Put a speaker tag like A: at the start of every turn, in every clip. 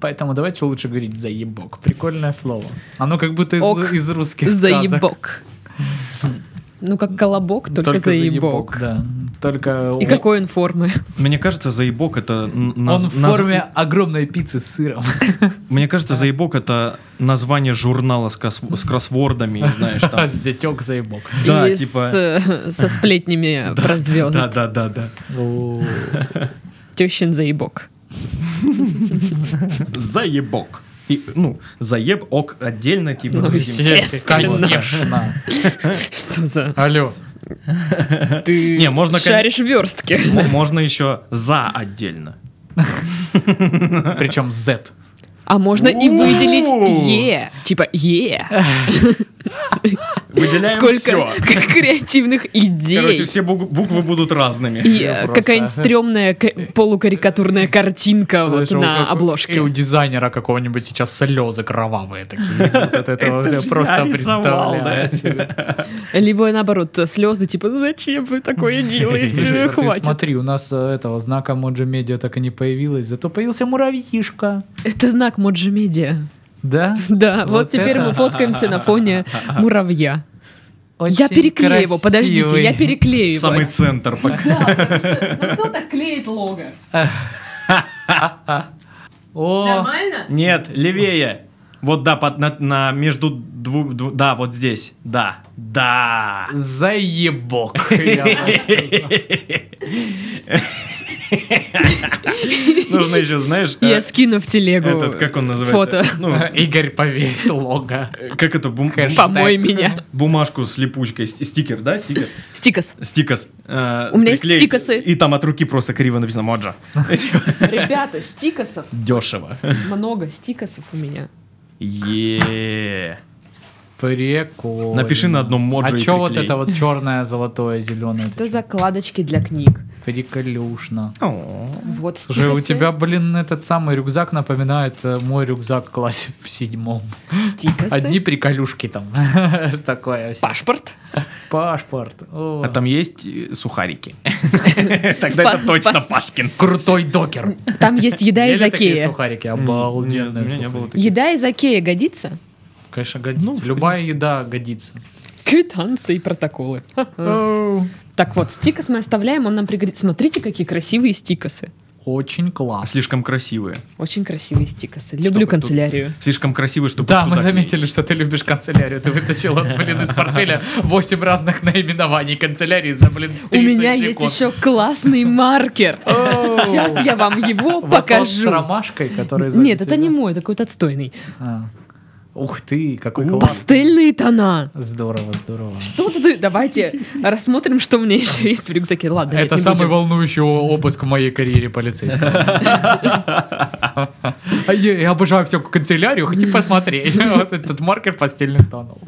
A: Поэтому давайте лучше говорить «заебок». Прикольное слово. Оно как будто из,
B: Ок.
A: из русских сказок.
B: Заебок. Ну, как колобок, только, заебок.
A: Да. Только
B: И
A: он-
B: какой он формы?
C: Мне кажется, заебок это... н-
A: он
C: наз-
A: в
C: наз-
A: форме огромной пиццы с сыром.
C: Мне кажется, заебок это название журнала с, кос- с кроссвордами, знаешь, там.
A: Зятек заебок.
C: Да,
B: И
C: типа-
B: с- э, со сплетнями про звезд.
C: Да, да, да, да.
B: Тещин заебок.
C: Заебок. И, ну, заеб ок отдельно, типа.
B: Ну,
C: другим.
B: Естественно.
A: Конечно.
B: Что за...
A: Алло.
B: Ты
C: Не, можно, конечно-
B: шаришь верстки.
C: М- Можно еще за отдельно.
A: Причем Z.
B: А можно и
C: У-у-у.
B: выделить Е. Типа Е.
C: Выделяем
B: Сколько
C: все.
B: к- креативных
C: Короче,
B: идей.
C: все буг- буквы будут разными.
B: И э,
A: просто-
B: какая-нибудь стрёмная к- полукарикатурная картинка вот
A: Знаешь, у
B: на
A: какого- И
B: обложке.
A: у дизайнера какого-нибудь сейчас слезы кровавые такие. Вот от этого я просто
C: нарисовал,
A: представляю.
C: да.
A: себе.
B: Либо наоборот, слезы типа «Ну зачем вы такое делаете?
A: Слушай, а ты
B: Хватит.
A: Смотри, у нас э, этого знака Моджи Медиа так и не появилось, зато появился муравьишка.
B: Это знак Моджи Медиа.
A: Да?
B: Да, вот,
A: Вот
B: теперь
A: это-
B: мы фоткаемся на фоне муравья. я
A: Очень
B: переклею его, подождите,
A: красивый.
B: я переклею его.
C: Самый центр. пока.
B: Ну кто-то клеит лого.
A: О,
B: Нормально?
C: Нет, левее. Вот да, под, на, на- между дву- дву- да, вот здесь, да, да.
A: заебок. Я бы-
C: Нужно еще, знаешь, э,
B: Я скину в телегу
C: этот, как он называется?
B: фото.
C: Ну,
A: Игорь повесил лого.
C: э, как это, бум-
A: Хэш.
B: Помой
A: Так.
B: меня.
C: бумажку с липучкой, ст- стикер, да, стикер?
B: Стикос.
C: Стикос. э,
B: У меня есть
C: приклеить,
B: стикосы.
C: И там от руки просто криво написано Моджа.
B: Ребята, стикосов
C: Дешево.
B: много, стикосов у меня.
C: Е.
A: Прикольно.
C: Напиши на одном моджи
A: А
C: и
A: чё вот
C: приклей.
A: это вот черное, золотое, зеленое?
B: Это закладочки для книг.
A: Приколюшно.
B: Вот стикосы.
A: Слушай, у тебя, блин, этот самый рюкзак напоминает э, мой рюкзак в классе в седьмом.
B: стикосы.
A: Одни приколюшки там. Такое. всё.
B: паспорт.
A: Пашпорт. О.
C: А там есть э, сухарики. Тогда
B: Пас-
C: это точно
B: пас-
C: Пашкин.
A: Крутой докер.
B: Там есть еда из
A: Ели такие
B: Окея.
A: сухарики?
C: Нет, у
A: Обалденные
C: меня не было Ну,
A: сухарики.
C: таких.
B: Еда из Окея годится?
A: Конечно, годится. Любая еда годится.
B: Квитанции и протоколы. Так вот, стикос мы оставляем, он нам пригодится. Смотрите, какие красивые стикосы.
A: Очень классно.
C: Слишком красивые.
B: Очень красивые стикосы. Люблю
C: Чтобы
B: канцелярию.
C: тут- Слишком красивые, чтобы
A: Да,
C: туда
A: мы
C: клеить.
A: заметили, что ты любишь канцелярию. Ты вытащила, блин, из портфеля 8 разных наименований канцелярии за, блин, 30
B: У меня есть
A: секунд.
B: еще классный маркер. Сейчас я вам его
A: Вот тот с
B: покажу.
A: ромашкой, который за
B: Нет, это
A: тебя.
B: не мой, это какой-то отстойный.
A: А. Ух ты, какой класс.
B: Пастельные тона.
A: Здорово, здорово.
B: Что ты- Давайте рассмотрим, что у меня еще есть в рюкзаке. Ладно, нет,
A: Это
B: не
A: самый
B: будем.
A: волнующий о- обыск в моей карьере полицейского. А Я я обожаю всякую канцелярию, хочу посмотреть. Вот этот маркер постельных тонов.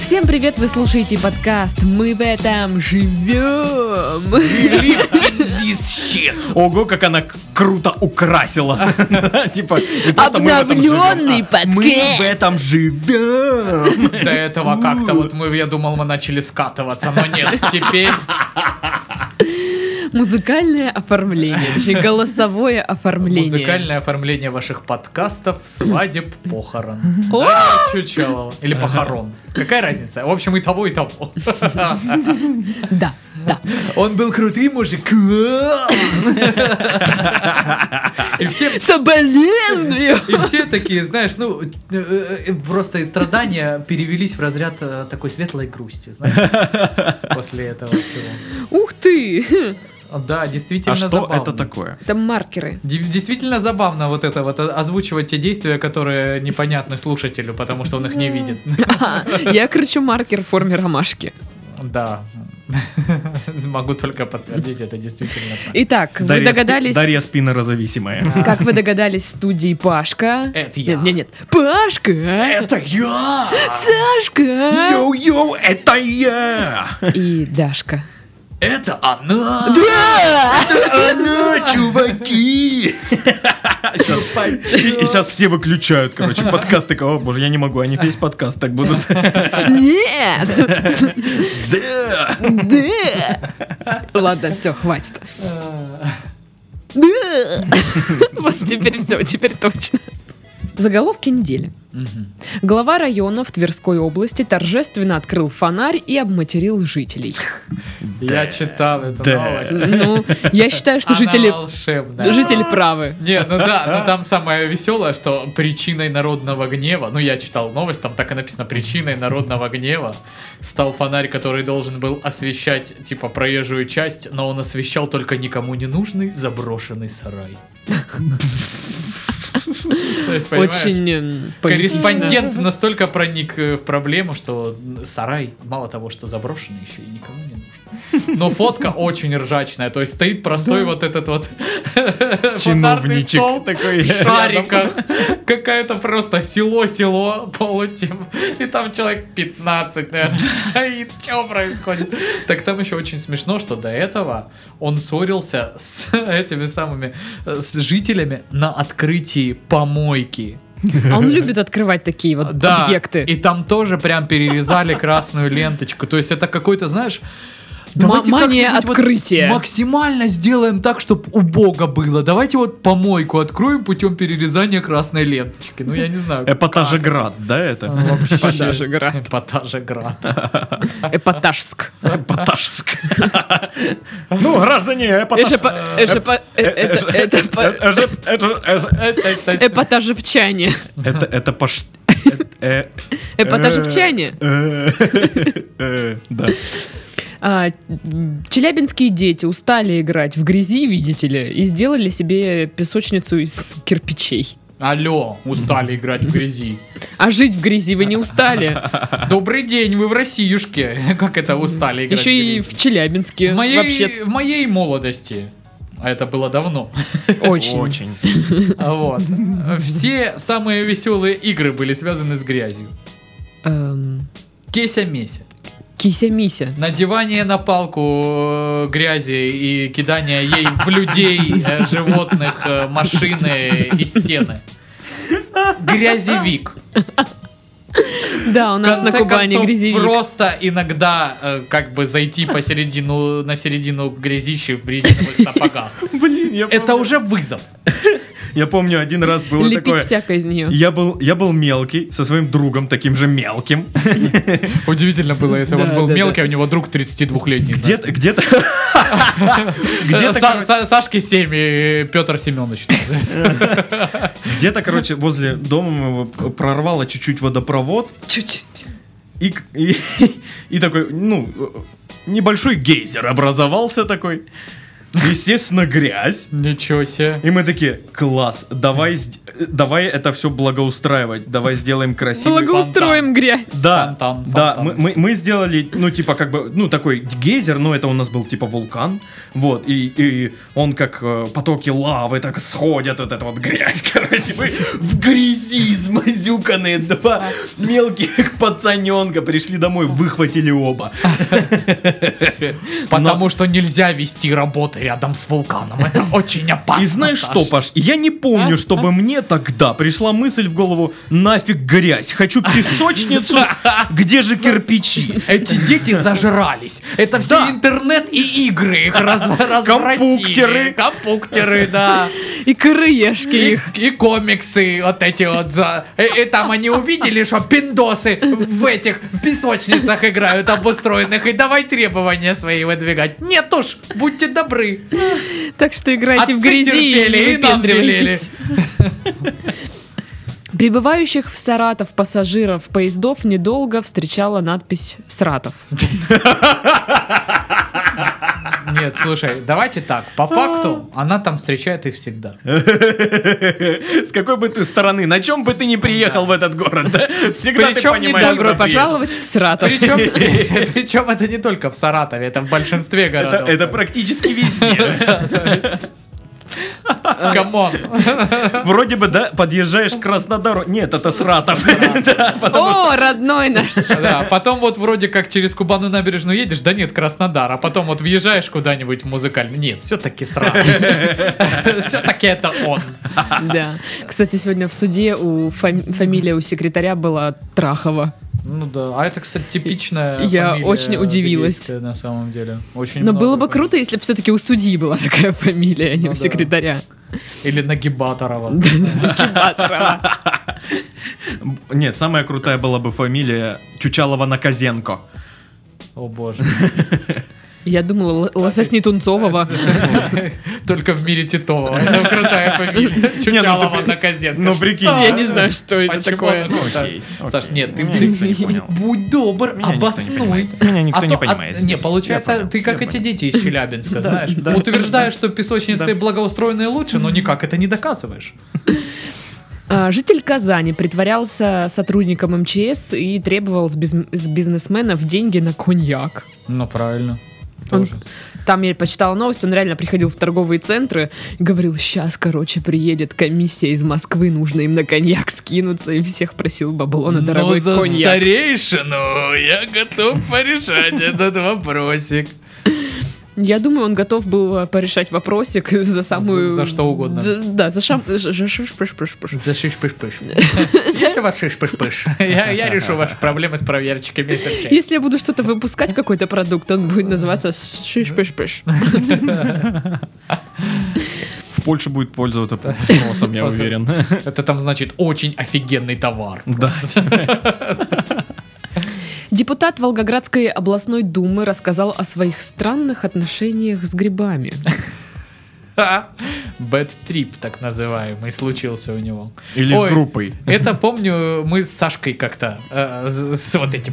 B: Всем привет, вы слушаете подкаст «Мы в этом живем».
C: Ого, как она к- круто украсила. Типа, не просто мы в этом живем, а
B: Обновленный
C: Мы в
B: подкаст.
C: этом живем.
A: До этого как-то вот мы, я думал, мы начали скатываться, но нет, теперь
B: Музыкальное оформление, точнее, голосовое оформление.
A: музыкальное оформление ваших подкастов, свадеб, похорон.
B: О!
A: Да, Чучелова. Или похорон. Какая разница? В общем, и того, и того.
B: Да, да.
A: Он был крутым мужик. И все,
B: Соболезную!
A: и все такие, знаешь, ну, э, э, просто и страдания перевелись в разряд э, такой светлой грусти, знаешь, после этого всего.
B: Ух ты!
A: Да, действительно
C: А что
A: забавно.
C: это такое?
B: Там маркеры.
A: Ди- Действительно забавно вот это вот о- озвучивать те действия, которые непонятны слушателю, потому что он их не видит.
B: Ага, Я кручу маркер в форме ромашки.
A: Да. Могу только подтвердить, это действительно так.
B: Итак, вы
C: Дарья спи-
B: догадались...
C: Дарья спиннерозависимая.
B: Как вы догадались, в студии Пашка.
A: Это я.
B: Нет, нет, нет. Пашка!
C: Это я!
B: Сашка!
C: Йоу-йоу, это я!
B: А? И Дашка.
A: Это она!
B: Да!
C: А, Пи! Сейчас, и, сейчас все выключают, короче, подкаст такой, о боже, я не могу, они весь подкаст так будут.
A: А.
B: Нет!
C: Да!
B: Да! Ладно, все, хватит. Да! Вот теперь все, теперь точно. Заголовки недели. Глава района в Тверской области торжественно открыл фонарь и обматерил жителей.
A: Я читал эту
C: Да.
A: новость.
B: Ну, я считаю, что
A: Она
B: жители,
A: волшебная.
B: жители правы.
A: Не, ну да, но там самое веселое, что причиной народного гнева, ну я читал новость, там так и написано, причиной народного гнева стал фонарь, который должен был освещать, типа, проезжую часть, но он освещал только никому не нужный заброшенный сарай. То есть, понимаешь,
B: Очень эм, поэтично.
A: Корреспондент настолько проник э, в проблему, что сарай, мало того, что заброшенный, еще и никому не нужен. Но фотка очень ржачная, то есть стоит простой вот этот вот фонарный
C: Чиновничек
A: столб,
C: такой.
A: в шариках. Какое-то а просто село-село полутем. И там человек 15, наверное, стоит. Что происходит? Так там еще очень смешно, что до этого он ссорился с этими самыми э, с жителями на открытии помойки.
B: А он любит открывать такие вот
A: Да,
B: объекты.
A: И там тоже прям перерезали красную ленточку. То есть это какой-то, знаешь... давайте
B: мания
A: как-нибудь вот
B: открытия.
A: максимально сделаем так, чтобы у Бога было. Давайте вот помойку откроем путем перерезания красной ленточки. Ну, я не знаю.
C: Эпатажеград, да, это?
B: Эпатажеград.
A: Эпатажеград.
B: Эпатажск.
C: Эпатажск. Ну, граждане,
B: Эшепа-
C: эпатажск.
B: эшепа- э- Это это по- эпатажевчане.
C: Это, это пош... э, э,
B: Эпатажевчане.
C: э, э, Да.
B: А, м, Челябинские дети устали играть в грязи, видите ли, и сделали себе песочницу из кирпичей.
A: Алло, устали играть в грязи.
B: А жить в грязи вы не устали.
A: Добрый день, вы в Россиюшке. Как это устали играть
B: Еще и
A: в
B: в
A: грязи?
B: Челябинске.
A: В моей,
B: Вообще
A: в моей молодости. А это было давно.
B: очень.
A: А Вот. Все самые веселые игры были связаны с грязью.
B: Эм,
A: Кеся-меся.
B: Кися-мися.
A: Надевание на палку э, грязи и кидание ей в людей, э, животных, э, машины и стены. Грязевик.
B: Да, у нас на Кубани грязевик.
A: просто иногда э, как бы зайти посередину, на середину грязищи в резиновых сапогах.
C: Блин, я
A: Это
C: помню-
A: уже вызов.
C: Я помню, один раз было
B: Лепить
C: такое...
B: всякое из нее.
C: Я был, я был мелкий, со своим другом, таким же мелким.
A: Удивительно было, если
B: бы он Да, был да, мелкий,
A: а у него друг 32-летний.
C: Где-то... Где-то... Где-то, короче,
A: Сашки 7 и Петр Семенович.
C: где-то, короче, возле дома моего прорвало чуть-чуть водопровод.
B: Чуть.
C: И, к- и, и такой, ну, э, небольшой гейзер образовался такой. Естественно, грязь.
A: Ничего себе.
C: И мы такие, класс, давай, сд- э, давай это все благоустраивать, давай сделаем красиво.
B: Благоустроим грязь.
C: Да,
A: Фонтан,
C: да,
A: фонтан.
C: мы, мы, мы сделали, ну, типа, как бы, ну, такой гейзер, но это у нас был, типа, вулкан, вот, и, и он как э, потоки лавы так сходят, вот эта вот грязь, короче, мы в грязи измазюканные два мелких пацаненка пришли домой, выхватили оба.
A: Потому что нельзя вести работы рядом с вулканом. Это очень опасно.
C: И знаешь
A: Саш.
C: что, Паш, я не помню, чтобы мне тогда пришла мысль в голову, нафиг грязь, хочу песочницу, где же кирпичи?
A: Эти дети зажрались. Это все
C: Да.
A: интернет и игры их раз, развратили.
C: Компуктеры.
A: Компуктеры, да.
B: И крышки
A: И,
B: их.
A: и комиксы вот эти вот. За... э, И, и там они увидели, что пиндосы в этих песочницах играют обустроенных. И давай требования свои выдвигать. Нет уж, будьте добры.
B: Так что играйте в
A: Отцы
B: грязи и
A: терпели,
B: не
A: и нам
B: выпендривайтесь. Прибывающих в Саратов пассажиров поездов недолго встречала надпись «Саратов».
A: Нет, слушай, давайте так. По факту
B: А.
A: она там встречает их всегда.
C: С какой бы ты стороны, на чем бы ты ни приехал в этот город, да? Всегда
A: Причем
C: ты понимаешь,
A: недобро
C: куда
B: Добро
C: приехал.
B: пожаловать в Саратов.
A: Причем, причем это не только в Саратове, это в большинстве
C: Это,
A: городов.
C: это практически везде.
A: Камон.
C: Вроде бы, да, подъезжаешь к Краснодару. Нет, это Сратов. Да, потому что-
B: О, родной наш.
A: Да, потом вот вроде как через Кубану набережную едешь, да нет, Краснодар, а потом вот въезжаешь куда-нибудь в музыкальный. Нет, все-таки сразу. Все-таки это он.
B: Да. Кстати, сегодня в суде у фами- фамилия у секретаря была Трахова.
A: Ну да, а это, кстати, типичная
B: Я
A: фамилия
B: очень удивилась.
A: адыгейская на самом деле. Очень
B: Но
A: много
B: было бы
A: фами-
B: круто, если бы все-таки у судьи была такая фамилия, а не
A: Ну
B: у
A: да.
B: секретаря.
A: Или Нагибаторова.
B: Кибаторова.
C: Нет, самая крутая была бы фамилия Чучалова Наказенко.
A: О боже.
B: Я думала, Л- Лососни Тунцового.
A: Только в мире Титова. Это крутая фамилия. Чучалова
C: ну, при-
A: на казетке.
C: ну, прикинь. Ну,
B: Я не знаю, что это
A: Почему
B: такое.
A: она-
C: Окей,
A: Да. Саш,
C: окей.
A: нет, ты,
C: Меня
A: ты-
C: никто не понял.
A: будь добр,
C: Меня никто не
A: обоснуй.
C: понимает. Меня никто
A: А
C: не
A: то- а-
C: понимает
A: не,
C: здесь. Я
A: получается,
C: понял,
A: ты как
C: я
A: эти дети из Челябинска, знаешь.
C: да.
A: Утверждаешь, что песочницы благоустроенные лучше, но никак это не доказываешь.
B: А, Житель Казани притворялся сотрудником МЧС и требовал с, биз- с бизнесменов деньги на коньяк.
A: Ну, правильно.
B: Он- Там я почитала новость, он реально приходил в торговые центры и говорил, сейчас, короче, приедет комиссия из Москвы, нужно им на коньяк скинуться, и всех просил бабло на
A: Но
B: дорогой
A: за
B: коньяк.
A: старейшину я готов порешать этот вопросик.
B: Я думаю, он готов был э, порешать вопросик за самую...
A: за что угодно.
B: За- да, за шам... за- за шиш- пыш- пыш- пыш.
A: За шиш-пыш-пыш. Есть у вас шиш-пыш-пыш? Я, я решу ваши проблемы с проверчиками и
B: Если я буду что-то выпускать, какой-то продукт, он будет называться шиш-пыш-пыш.
C: В Польше будет пользоваться спросом, я уверен.
A: Это там значит очень офигенный товар.
C: Да.
B: Депутат Волгоградской областной думы рассказал о своих странных отношениях с грибами.
A: Бэт трип, так называемый, случился у него.
C: Или с
A: Ой,
C: группой.
A: Это помню, мы с Сашкой как-то э, с с вот этим.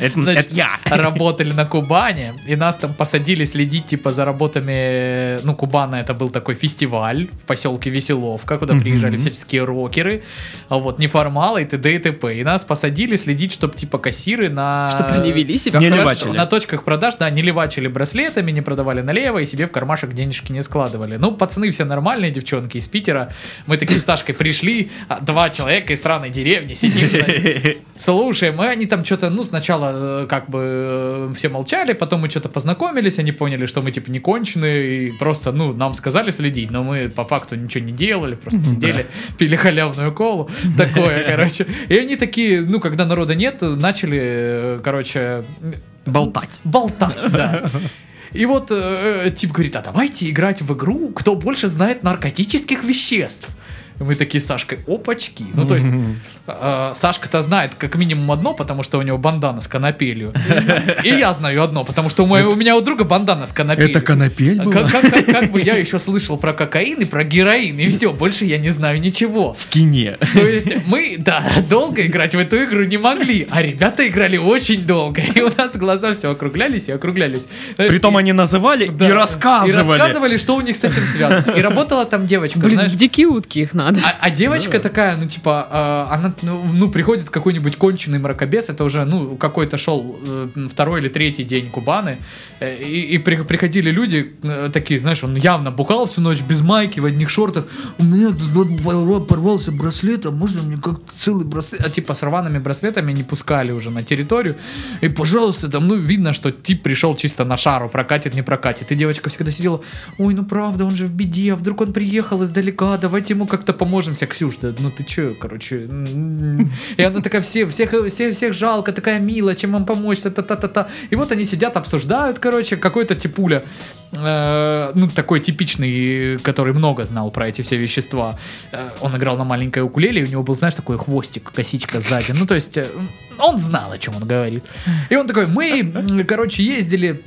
C: Это-
A: Значит,
C: это я.
A: Работали на Кубани, и нас там посадили следить типа за работами. Ну, Кубана это был такой фестиваль в поселке Веселовка, куда приезжали всяческие рокеры, а вот неформалы и т.д. и т.п. И нас посадили следить, чтобы типа кассиры на
B: Чтобы они вели себя
C: Не
B: хорошо.
C: левачили.
A: на точках продаж, да, не левачили браслетами, не продавали налево и себе в кармашек денежки не складывали. Ну, пацаны все нормальные, девчонки из Питера. Мы такие с Сашкой пришли, а, два человека из сраной деревни сидим, значит, слушаем. И они там что-то, ну, сначала э, как бы э, все молчали, потом мы что-то познакомились, они поняли, что мы типа не конченые, и просто, ну, нам сказали следить, но мы по факту ничего не делали, просто сидели, пили халявную колу, такое, короче. И они такие, ну, когда народа нет, начали, э, короче,
C: Болтать.
A: Болтать, да. И вот э, тип говорит, а давайте играть в игру, кто больше знает наркотических веществ. И мы такие с Сашкой, опачки. Ну, то есть, э, Сашка-то знает как минимум одно, потому что у него бандана с конопелью. И я знаю одно, потому что у, моего- у меня у друга бандана с конопелью.
C: конопель
A: А Как, как- как- как бы я еще слышал про кокаин и про героин, и все, больше я не знаю ничего.
C: В кине.
A: То есть мы, да, долго играть в эту игру не могли, а ребята играли очень долго, и у нас глаза все округлялись и округлялись. Знаешь,
C: Притом
A: и-
C: они называли
A: да,
C: и рассказывали.
A: И рассказывали, что у них с этим связано. И работала там девочка,
B: Блин,
A: знаешь.
B: в дикие утки их надо.
A: А, а девочка такая, ну, типа, э, она, ну, ну, приходит какой-нибудь конченый мракобес, это уже, ну, какой-то шел э, второй или третий день Кубаны, э, и, и при- приходили люди э, такие, знаешь, он явно бухал всю ночь без майки, в одних шортах,
D: У меня тут вот порва- порвался браслет, а можно мне как целый браслет?
A: а типа с рваными браслетами не пускали уже на территорию. И, пожалуйста, там, ну, видно, что тип пришел чисто на шару, прокатит, не прокатит. И девочка всегда сидела, ой, ну правда, он же в беде, а вдруг он приехал издалека, давайте ему как-то поможем. Вся Ксюш, да ну ты че, короче. м-м-м». И она такая, все, всех, всех, всех жалко, такая милая, чем вам помочь, та-та-та-та-та. И вот они сидят, обсуждают, короче, какой-то типуля, э, ну, такой типичный, который много знал про эти все вещества. Э, он играл на маленькой укулеле, и у него был, знаешь, такой хвостик, косичка сзади. Ну, то есть, э, он знал, о чем он говорит. И он такой, мы, м, короче, ездили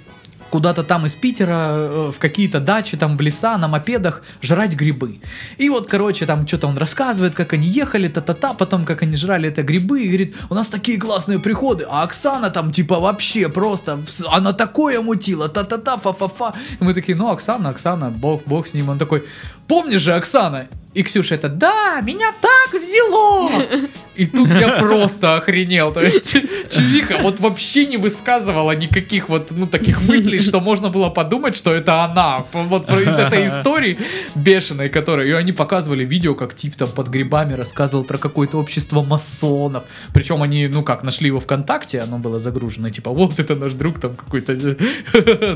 A: куда-то там из Питера, э, в какие-то дачи, там в леса, на мопедах, жрать грибы. И вот, короче, там что-то он рассказывает, как они ехали, та-та-та, потом как они жрали это грибы, и говорит, у нас такие классные приходы, а Оксана там типа вообще просто, вс- она такое мутила, та-та-та, фа-фа-фа. И мы такие, ну, Оксана, Оксана, бог, бог с ним. Он такой, помнишь же, Оксана? И Ксюша это, да, меня так взяло! И тут я просто охренел. То есть Ч- Чувиха вот вообще не высказывала никаких вот, ну, таких мыслей, что можно было подумать, что это она. П- Вот про- из этой истории бешеной, которая... И они показывали видео, как тип там под грибами рассказывал про какое-то общество масонов. Причем они, ну как, нашли его ВКонтакте, оно было загружено, типа, вот это наш друг там какой-то...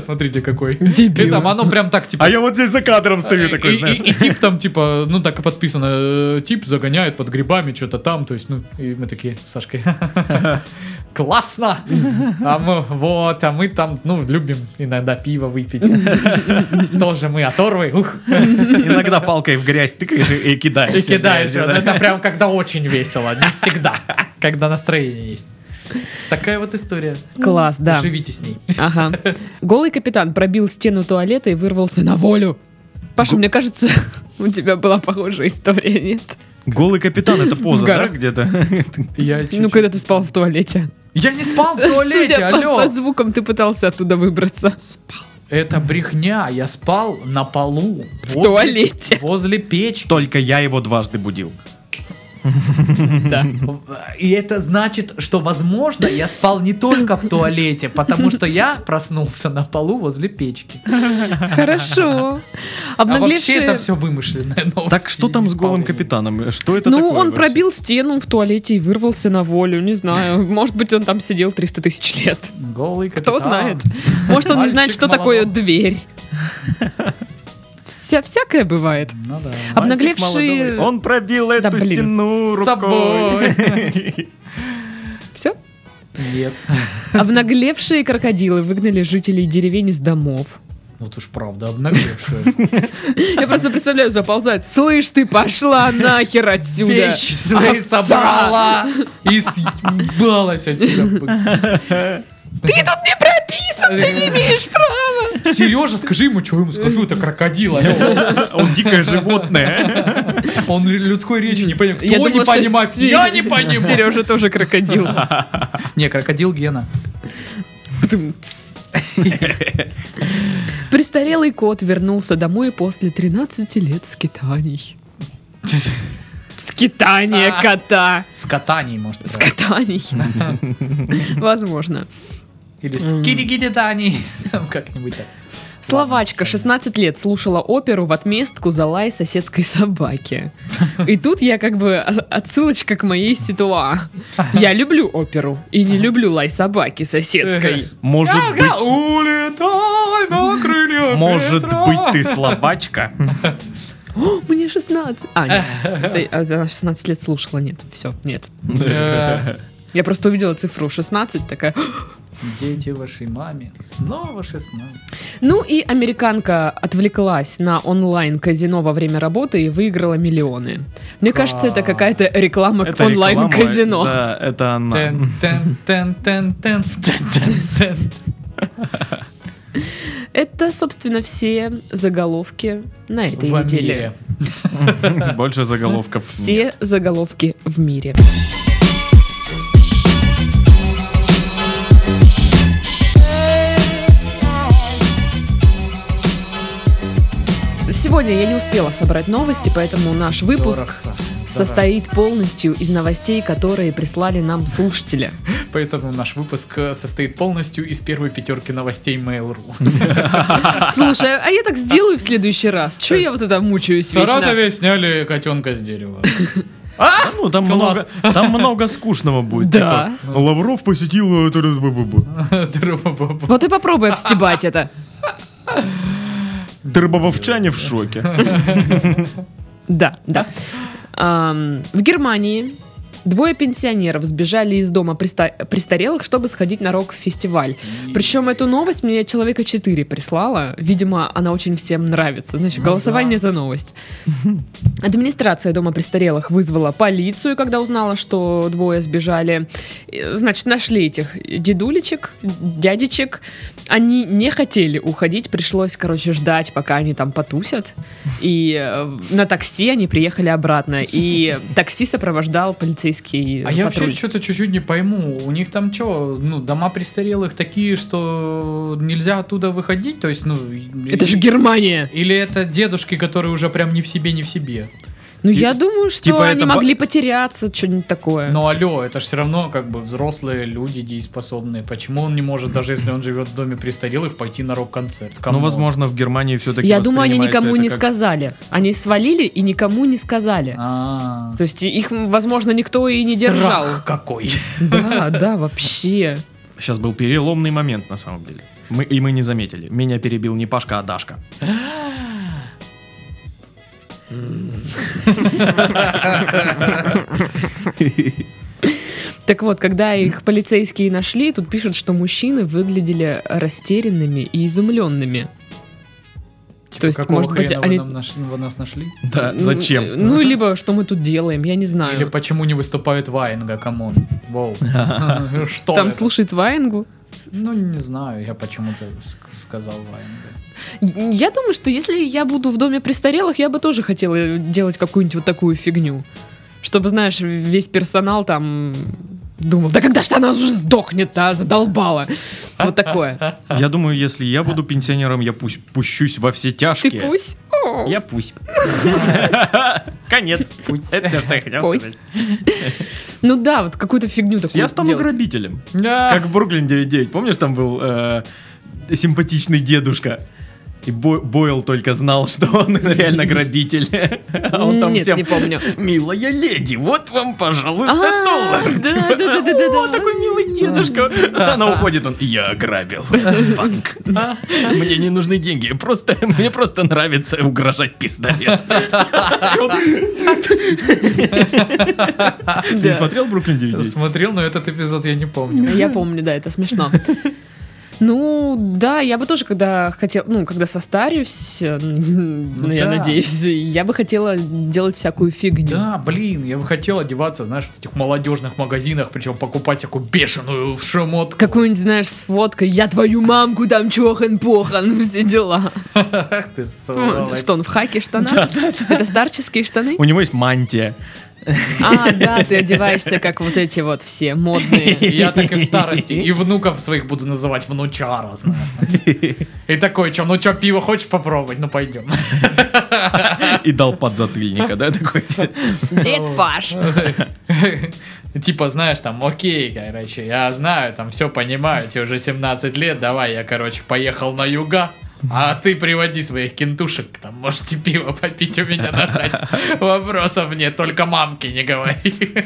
A: Смотрите, какой.
B: Дебил.
A: И там оно прям так, типа,
C: А я вот здесь за кадром стою
A: Э, и-
C: такой,
A: и,
C: знаешь.
A: и тип там, типа, ну так и подписано, э, тип загоняет под грибами что-то там, то есть, ну, и мы такие с Сашкой, классно, а мы, вот, а мы там, ну, любим иногда пиво выпить, тоже мы оторвы, ух,
C: Иногда палкой в грязь тыкаешь и и кидаешь.
A: и кидаешь, вот это прям когда очень весело, не всегда, когда настроение есть. Такая вот история.
B: Класс, да.
A: Живите с ней.
B: Ага. Голый капитан пробил стену туалета и вырвался на волю. Паша, мне кажется, у тебя была похожая история, нет?
C: Голый капитан, это поза,
B: В
C: да,
B: горах.
C: где-то?
A: Я,
B: Ну, когда ты спал в туалете.
A: я не спал в туалете,
B: Судя по-
A: алло.
B: по звукам, ты пытался оттуда выбраться.
A: Это брехня. Я спал на полу. В
B: туалете.
A: Возле печки.
C: Только я его дважды будил.
A: И это значит, что, возможно, я спал не только в туалете, потому что я проснулся на полу возле печки.
B: Хорошо.
A: А вообще
B: Обнаглевшие...
A: это все вымышленное новость.
C: Так что там с голым
A: Вполне.
C: капитаном? Что это
B: Ну,
C: такое
B: он
C: вообще?
B: пробил стену в туалете и вырвался на волю, не знаю. Может быть, он там сидел 300 тысяч лет.
A: Голый капитан.
B: Кто знает? Может, он не знает,
A: Мальчик
B: что такое
A: молодой.
B: дверь. Вся, всякое бывает.
A: Ну да.
B: Обнаглевшие...
C: Он пробил эту
B: блин.
C: стену
A: С
C: рукой.
B: Все?
A: Нет.
B: Обнаглевшие крокодилы выгнали жителей деревень из домов.
A: Вот уж Ну, правда, обнаглевшие.
B: Я просто представляю, заползать. Слышь, ты пошла нахер отсюда.
A: Вещи свои
B: Овца.
A: собрала и съебалась от тебя быстро.
B: Ты тут не прописан, ты не имеешь права.
A: Сережа, скажи ему, что ему скажу, это крокодил. а алло.
C: Он дикое животное.
A: Он людской речи не понимает. Кто не понимает? Я не понимаю.
B: Сережа тоже крокодил.
A: Не, крокодил Гена.
B: Птум, тс. Престарелый кот вернулся домой после 13 лет скитаний. Скитание
A: А.
B: кота.
A: С катаний, может. правильно.
B: Скитаний. Возможно.
A: Или с киригидитаний. Там Как-нибудь так.
B: Словачка 16 лет слушала оперу в отместку за лай соседской собаки. И тут я как бы о- отсылочка к моей ситуа. Я люблю оперу и не люблю лай собаки соседской.
C: Может быть,
A: улетай на крыльях
C: может быть, ты слабачка.
B: О, мне 16. А, нет. Ты- а, Она 16 лет слушала. Нет, все, нет.
A: Э,
B: Я просто увидела цифру 16, такая.
A: Дети вашей маме. Снова 16.
B: Ну и американка отвлеклась на онлайн-казино во время работы и выиграла миллионы. Мне кажется, это какая-то реклама к
C: Это реклама,
B: онлайн-казино.
C: Да, это она.
A: Тен, тен, тен, тен, тен, тен, тен, тен.
B: Это, собственно, все заголовки на этой
A: В
B: неделе.
A: мире.
C: Больше заголовков.
B: Все
C: нет.
B: заголовки в мире. Сегодня я не успела собрать новости, поэтому наш выпуск
A: Дорохса.
B: состоит полностью из новостей, которые прислали нам слушатели.
A: Дорох. Поэтому наш выпуск э, состоит полностью из первой пятерки новостей
B: Ну,
A: Mail.ru.
B: Слушай, а я так сделаю в следующий раз. Че я вот это мучаюсь
A: В
B: вечно?
A: Саратове сняли котенка с дерева.
C: Да Ну, там много,
A: Класс.
C: там много скучного будет.
B: Да.
C: типа, Лавров посетил... э, тры-бы-бы-бы».
A: Тру-бу-бу-бу.
B: Вот и попробуй обстебать это.
C: Трыбобовчане в шоке.
B: Да, да. Ам, в Германии двое пенсионеров сбежали из дома преста- престарелых, чтобы сходить на рок-фестиваль. Причем эту новость мне человека 4 прислала. Видимо, она очень всем нравится. Значит, голосование за новость. Администрация дома престарелых вызвала полицию, когда узнала, что двое сбежали. Э, Значит, нашли этих дедулечек, дядечек. Они не хотели уходить, пришлось, короче, ждать, пока они там потусят. И э, на такси они приехали обратно. И такси сопровождал полицейский
A: А я
B: патруль.
A: вообще что-то чуть-чуть не пойму. У них там что, ну, дома престарелых такие, что нельзя оттуда выходить? То есть, ну... и-
B: Это же Германия!
A: Или это дедушки, которые уже прям не в себе, не в себе?
B: Ну,
C: Ти-
B: я думаю, что
C: типа
B: они
C: это ба-
B: могли потеряться, что-нибудь такое.
A: Ну алло, это же все равно как бы взрослые люди дееспособные. Почему он не может, даже если он живет в доме престарелых, пойти на рок-концерт?
C: Ну,
A: Камон.
C: возможно, в Германии все-таки
B: Я думаю, они никому не сказали. Они свалили и никому не сказали.
A: А.
B: То есть их, возможно, никто и не
A: Страх
B: держал.
A: какой.
B: Да, да, вообще.
C: Сейчас был переломный момент, на самом деле. Мы, и мы не заметили. Меня перебил не Пашка, а Дашка.
B: Так вот, когда их полицейские нашли, тут пишут, что мужчины выглядели растерянными и изумленными.
A: Типа,
B: То есть,
A: какого
B: может быть,
A: хрена вы
B: они-
A: нам наш- вы нас нашли?
C: Да, зачем?
B: Ну, либо что мы тут делаем, я не знаю.
A: Или почему не выступает Ваенга, камон? Воу. Что
B: Там
A: это?
B: слушает Ваенгу.
A: Ну, не знаю, я почему-то ск- сказал Ваенга.
B: Я думаю, что если я буду в доме престарелых, я бы тоже хотела делать какую-нибудь вот такую фигню. Чтобы, знаешь, весь персонал там думал, да когда ж она уже сдохнет, а задолбала. Вот такое.
C: Я думаю, если я буду пенсионером, я пусть пущусь во все
B: Ты
C: тяжкие.
B: пусть?
C: Я пусть. Конец. Это все, что я хотел
B: Пусть.
C: сказать.
B: Ну да, вот какую-то фигню такую
C: Я стану
B: делать.
C: грабителем. Как в Бруклин 9.9. Помнишь, там был э, симпатичный дедушка? И Бо- Бойл только знал, что он реально грабитель. А он там
B: Нет,
C: всем...
B: не помню.
C: Милая леди, вот вам, пожалуйста,
B: А,
C: доллар.
B: да,
C: Типа,
B: да, да, да, да,
C: О,
B: да.
C: такой милый дедушка. Она уходит, он, я ограбил банк. А? Мне не нужны деньги, просто, мне просто нравится угрожать пистолет. Ты не
B: Да.
C: смотрел Бруклин 9
A: Смотрел, но этот эпизод я не помню.
B: Я помню, да, это смешно. Ну, да, я бы тоже, когда хотел, ну, когда состарюсь, э, ну, я
A: да.
B: надеюсь, я бы хотела делать всякую фигню.
A: Да, блин, я бы хотел одеваться, знаешь, в этих молодежных магазинах, причем покупать такую бешеную шмотку.
B: Какую-нибудь, знаешь, с фоткой «Я твою мамку там чохан-похан», все дела.
A: Ах ты,
B: Ну,
A: сволочь.
B: Что, он в хаке штанах? Это старческие штаны?
C: У него есть мантия.
B: А, да, ты одеваешься, как вот эти вот все модные.
A: Я так и в старости. И внуков своих буду называть внучара, знаешь. И такой, что, ну что, пиво хочешь попробовать? Ну пойдем.
C: И дал подзатыльника, да, такой.
B: Дед Паш.
A: Типа, знаешь, там, окей, короче, я знаю, там все понимаю, тебе уже 17 лет, давай, я, короче, поехал на юга. А ты приводи своих кентушек, там можете пиво попить у меня на хате. Вопросов нет, только мамки не говори.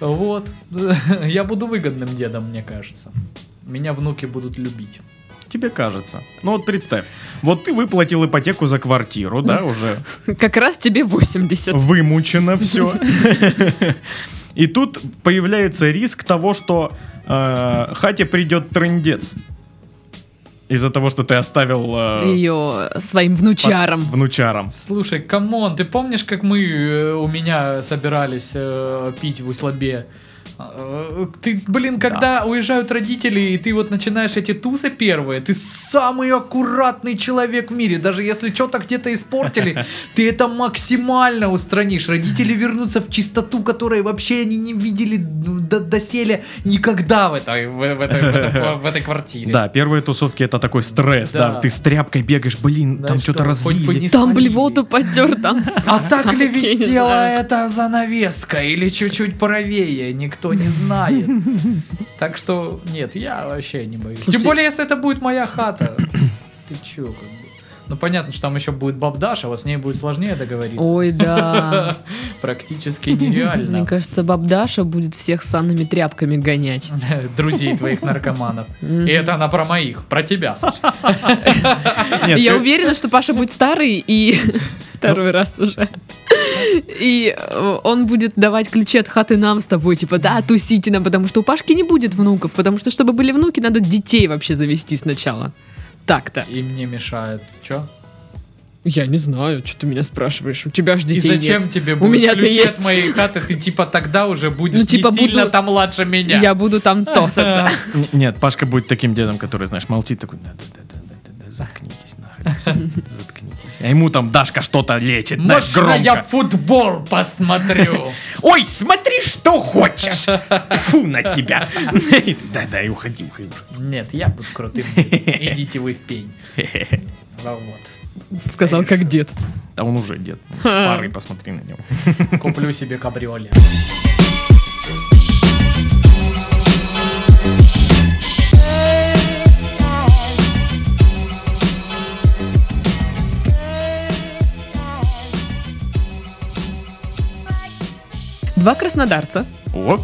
A: Вот. Я буду выгодным дедом, мне кажется. Меня внуки будут любить.
C: Тебе кажется. Ну вот представь, вот ты выплатил ипотеку за квартиру, да, уже
B: Как раз тебе 80.
C: вымучено все. И тут появляется риск того, что э, хате придет трендец. Из-за того, что ты оставил э,
B: Ее своим внучаром.
C: внучаром.
A: Слушай, камон, ты помнишь, как мы э, у меня собирались э, пить в Услабе? Э, Ты, блин, когда уезжают родители, и ты вот начинаешь эти тусы первые, ты самый аккуратный человек в мире. Даже если что-то где-то испортили, ты это максимально устранишь. Родители вернутся в чистоту, которой вообще они не видели до- доселе никогда в этой, в, в этой, в этой- в этой квартире.
C: Да, первые тусовки это такой стресс, да.
A: Да.
C: Ты с тряпкой бегаешь, блин,
A: Да,
C: там что-то
A: чтобы хоть бы
C: разлили.
A: не
B: Там
A: спалили.
B: блевоту потер, там
A: А так ли
B: я не
A: висела
B: знаю.
A: эта занавеска или чуть-чуть правее, никто не знает. Так что, нет, я вообще не боюсь. Тем
B: Слушайте-
A: более, если это будет моя хата. Ты чё, как бы. Ну, понятно, что там еще будет баб Даша, вот с ней будет сложнее договориться.
B: Ой, да.
A: Практически
B: Мне
A: нереально.
B: кажется, баб Даша будет всех санными тряпками гонять.
A: Друзей твоих наркоманов. И это она про моих, про тебя, Саша.
C: Нет,
B: А Я
A: э,
C: ты-
B: уверена, что Паша будет старый и второй раз уже. И э, он будет давать ключи от хаты нам с тобой, типа, да, тусите нам, потому что у Пашки не будет внуков, потому что, чтобы были внуки, надо детей вообще завести сначала. Так-то.
A: И мне мешает. Чё?
B: Я не знаю, что ты меня спрашиваешь, у тебя же детей
A: И зачем
B: нет.
A: тебе
B: У
A: будет
B: меня-то
A: ключи
B: есть.
A: от моей хаты? Ты типа тогда уже будешь
B: Ну, типа,
A: не сильно
B: буду-
A: там младше меня.
B: Я буду там тосаться.
C: Н- Нет, Пашка будет таким дедом, который, знаешь, молчит такой, да, да, да, да, да, да, заткнитесь нахрен, всё, заткнитесь. А ему там Дашка что-то лечит, знаешь,
A: Можно я
C: громко.
A: футбол посмотрю?
C: Ой, смотри, что хочешь. Тьфу на тебя. Да, да, и уходи, уходи.
A: Нет, я буду крутым. Идите вы в пень. Ну Вот.
B: Сказал как дед.
C: Да он уже дед. ну, С Пары посмотри на него.
A: Куплю себе кабриолет.
B: Два краснодарца
C: О,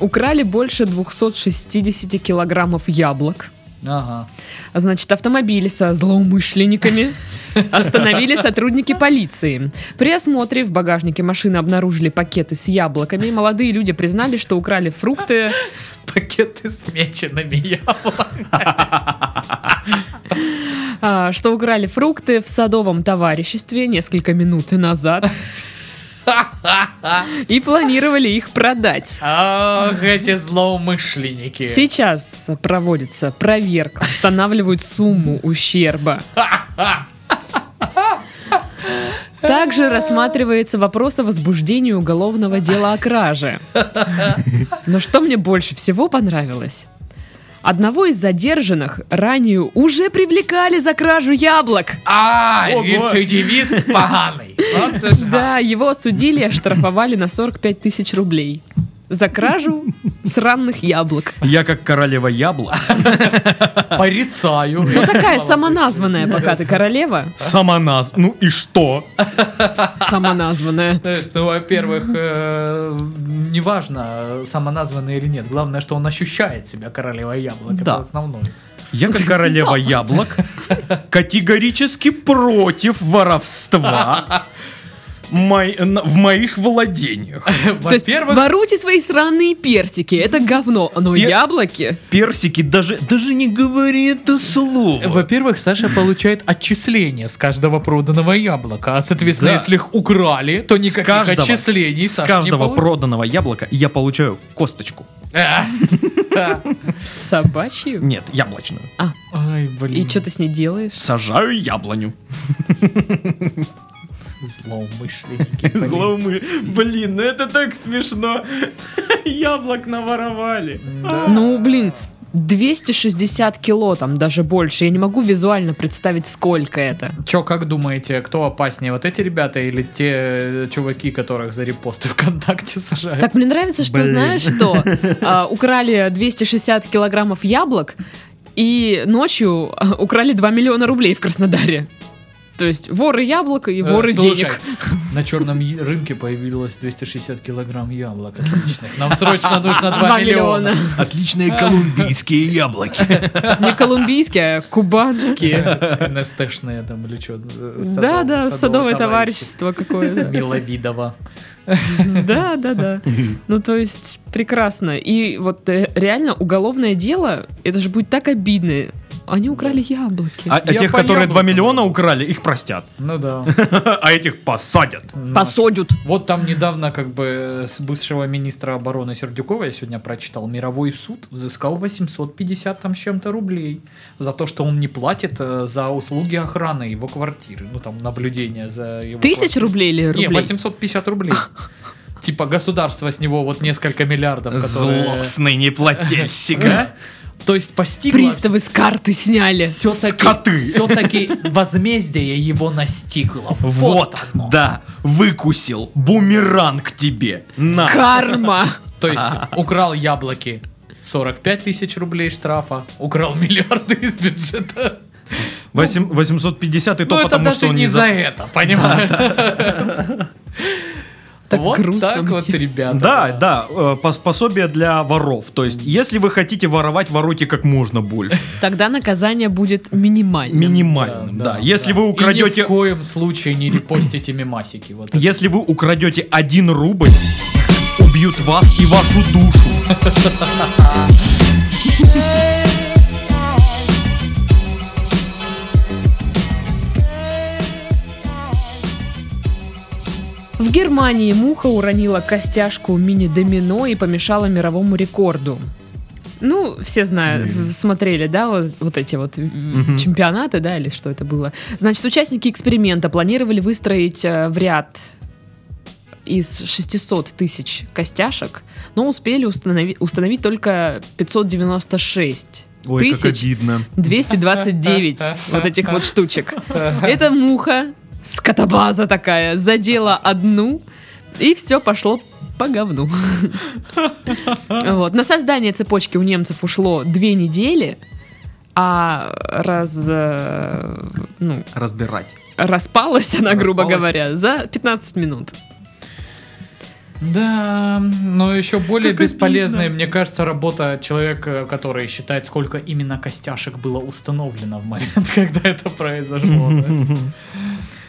B: украли больше 260 килограммов яблок.
A: Ага.
B: А Значит, автомобили со злоумышленниками остановили сотрудники полиции. При осмотре в багажнике машины обнаружили пакеты с яблоками. Молодые люди признали, что украли фрукты.
A: Пакеты с меченными яблоками.
B: а, что украли фрукты в садовом товариществе несколько минут назад и планировали их продать.
A: Ах, эти злоумышленники.
B: Сейчас проводится проверка, устанавливают сумму ущерба. Также рассматривается вопрос о возбуждении уголовного дела о краже. Но что мне больше всего понравилось? Одного из задержанных ранее уже привлекали за кражу яблок.
A: А,
C: Ого.
A: рецидивист поганый. Вот же ж.
B: Да, его осудили и оштрафовали на 45 тысяч рублей. За кражу сраных яблок.
C: я как королева яблок.
A: А, Порицаю.
B: Ну такая самоназванная, пока ты королева.
C: Сама нас. Ну и что?
B: Самоназванная.
A: Знаешь, ну, во-первых, э, неважно, самоназванный или нет. Главное, что он ощущает себя королевой яблока.
C: Да.
A: Это основное.
C: Я как королева яблок категорически против воровства мой- на- в моих владениях.
B: То есть
A: Во-первых,
B: воруйте свои сраные персики, это говно, но
C: Пер-
B: яблоки...
C: Персики даже, даже не говори это слово.
A: во-первых, Саша получает отчисление с каждого проданного яблока. А, соответственно,
C: Да.
A: если их украли, то никаких
C: каждого-
A: отчислений
C: С каждого проданного яблока я получаю косточку.
B: Собачью?
C: Нет, яблочную.
A: Ай, блин.
B: И что ты с ней делаешь?
C: Сажаю яблоню.
A: Злоумышленники. блин.
C: Злоумы. Блин, ну это так смешно. Яблок наворовали.
B: Ну, блин, 260 кило там даже больше. Я не могу визуально представить, сколько это.
A: Чё, как думаете, кто опаснее, вот эти ребята или те э, чуваки, которых за репосты ВКонтакте сажают?
B: Так мне нравится, что
C: Блин.
B: знаешь что? А, украли 260 килограммов яблок и ночью а, украли 2 миллиона рублей в Краснодаре. То есть воры яблок
A: Э,
B: и воры
A: слушай,
B: денег.
A: На черном е- рынке появилось 260 килограмм яблок отличных. Нам срочно нужно 2,
B: Два
A: миллиона.
C: Отличные колумбийские яблоки.
B: Не колумбийские, а кубанские.
A: НСТшные там или э, что?
B: Да, да, садовое товарищество какое-то.
A: Миловидова.
B: Да, да, да. Ну, то есть, прекрасно. И вот э, реально уголовное дело, это же будет так обидно. Они украли яблоки.
C: А, а
A: Я
C: тех,
A: по
C: которые 2
A: яблокам.
C: миллиона украли, их простят.
A: Ну да.
C: А этих посадят.
B: Посодят.
A: Вот там недавно как бы с бывшего министра обороны Сердюкова я сегодня прочитал, мировой суд взыскал 850 там с чем-то рублей за то, что он не платит э, за услуги охраны его квартиры, ну там наблюдение за его
B: Тысяч
A: квартирой.
B: рублей или рублей?
A: Не, 850 рублей. Типа государство с него вот несколько миллиардов, которые...
C: Злостный неплательщик. а?
A: То есть постигло...
B: Приставы с карты сняли.
A: Все-таки,
C: Скоты.
A: все-таки возмездие его настигло.
C: Вот,
A: оно.
C: да, выкусил бумеранг тебе. На.
B: Карма.
A: То есть украл яблоки 45 тысяч рублей штрафа, украл миллиарды из бюджета.
C: Восем- 850 и то
A: Ну это
C: потому, что
A: даже
C: он
A: не
C: не
A: за это, понимаешь?
B: Так
A: Вот
B: грустно
A: так
B: мне.
A: вот, ребята.
C: Да, да, э, пос- пособие для воров. То есть, если вы хотите воровать, воруйте как можно больше.
B: Тогда наказание будет минимальным.
C: Минимальным, да. Если вы
A: И ни
C: украдете...
A: в коем случае не репостите мимасики. Вот это.
C: Если вы украдете один рубль, убьют вас и вашу душу.
B: В Германии муха уронила костяшку мини-домино и помешала мировому рекорду. Ну, все знают, в- смотрели, да, вот, вот эти вот м, чемпионаты, да, или что это было. Значит, участники эксперимента планировали выстроить э, в ряд из 600 тысяч костяшек, но успели установи- установить только 596
C: Ой, как
B: тысяч
C: обидно.
B: 229 вот этих вот штучек. Эта муха скотобаза такая, задела одну, и все пошло по говну. Вот. На создание цепочки у немцев ушло две недели, а раз... э, Ну,
C: Разбирать.
B: распалась она, грубо
C: Распалась.
B: говоря, за 15 минут.
A: Да, но еще более
C: Как обидно.
A: бесполезная, мне кажется, работа человека, который считает, сколько именно костяшек было установлено в момент, когда это произошло. да.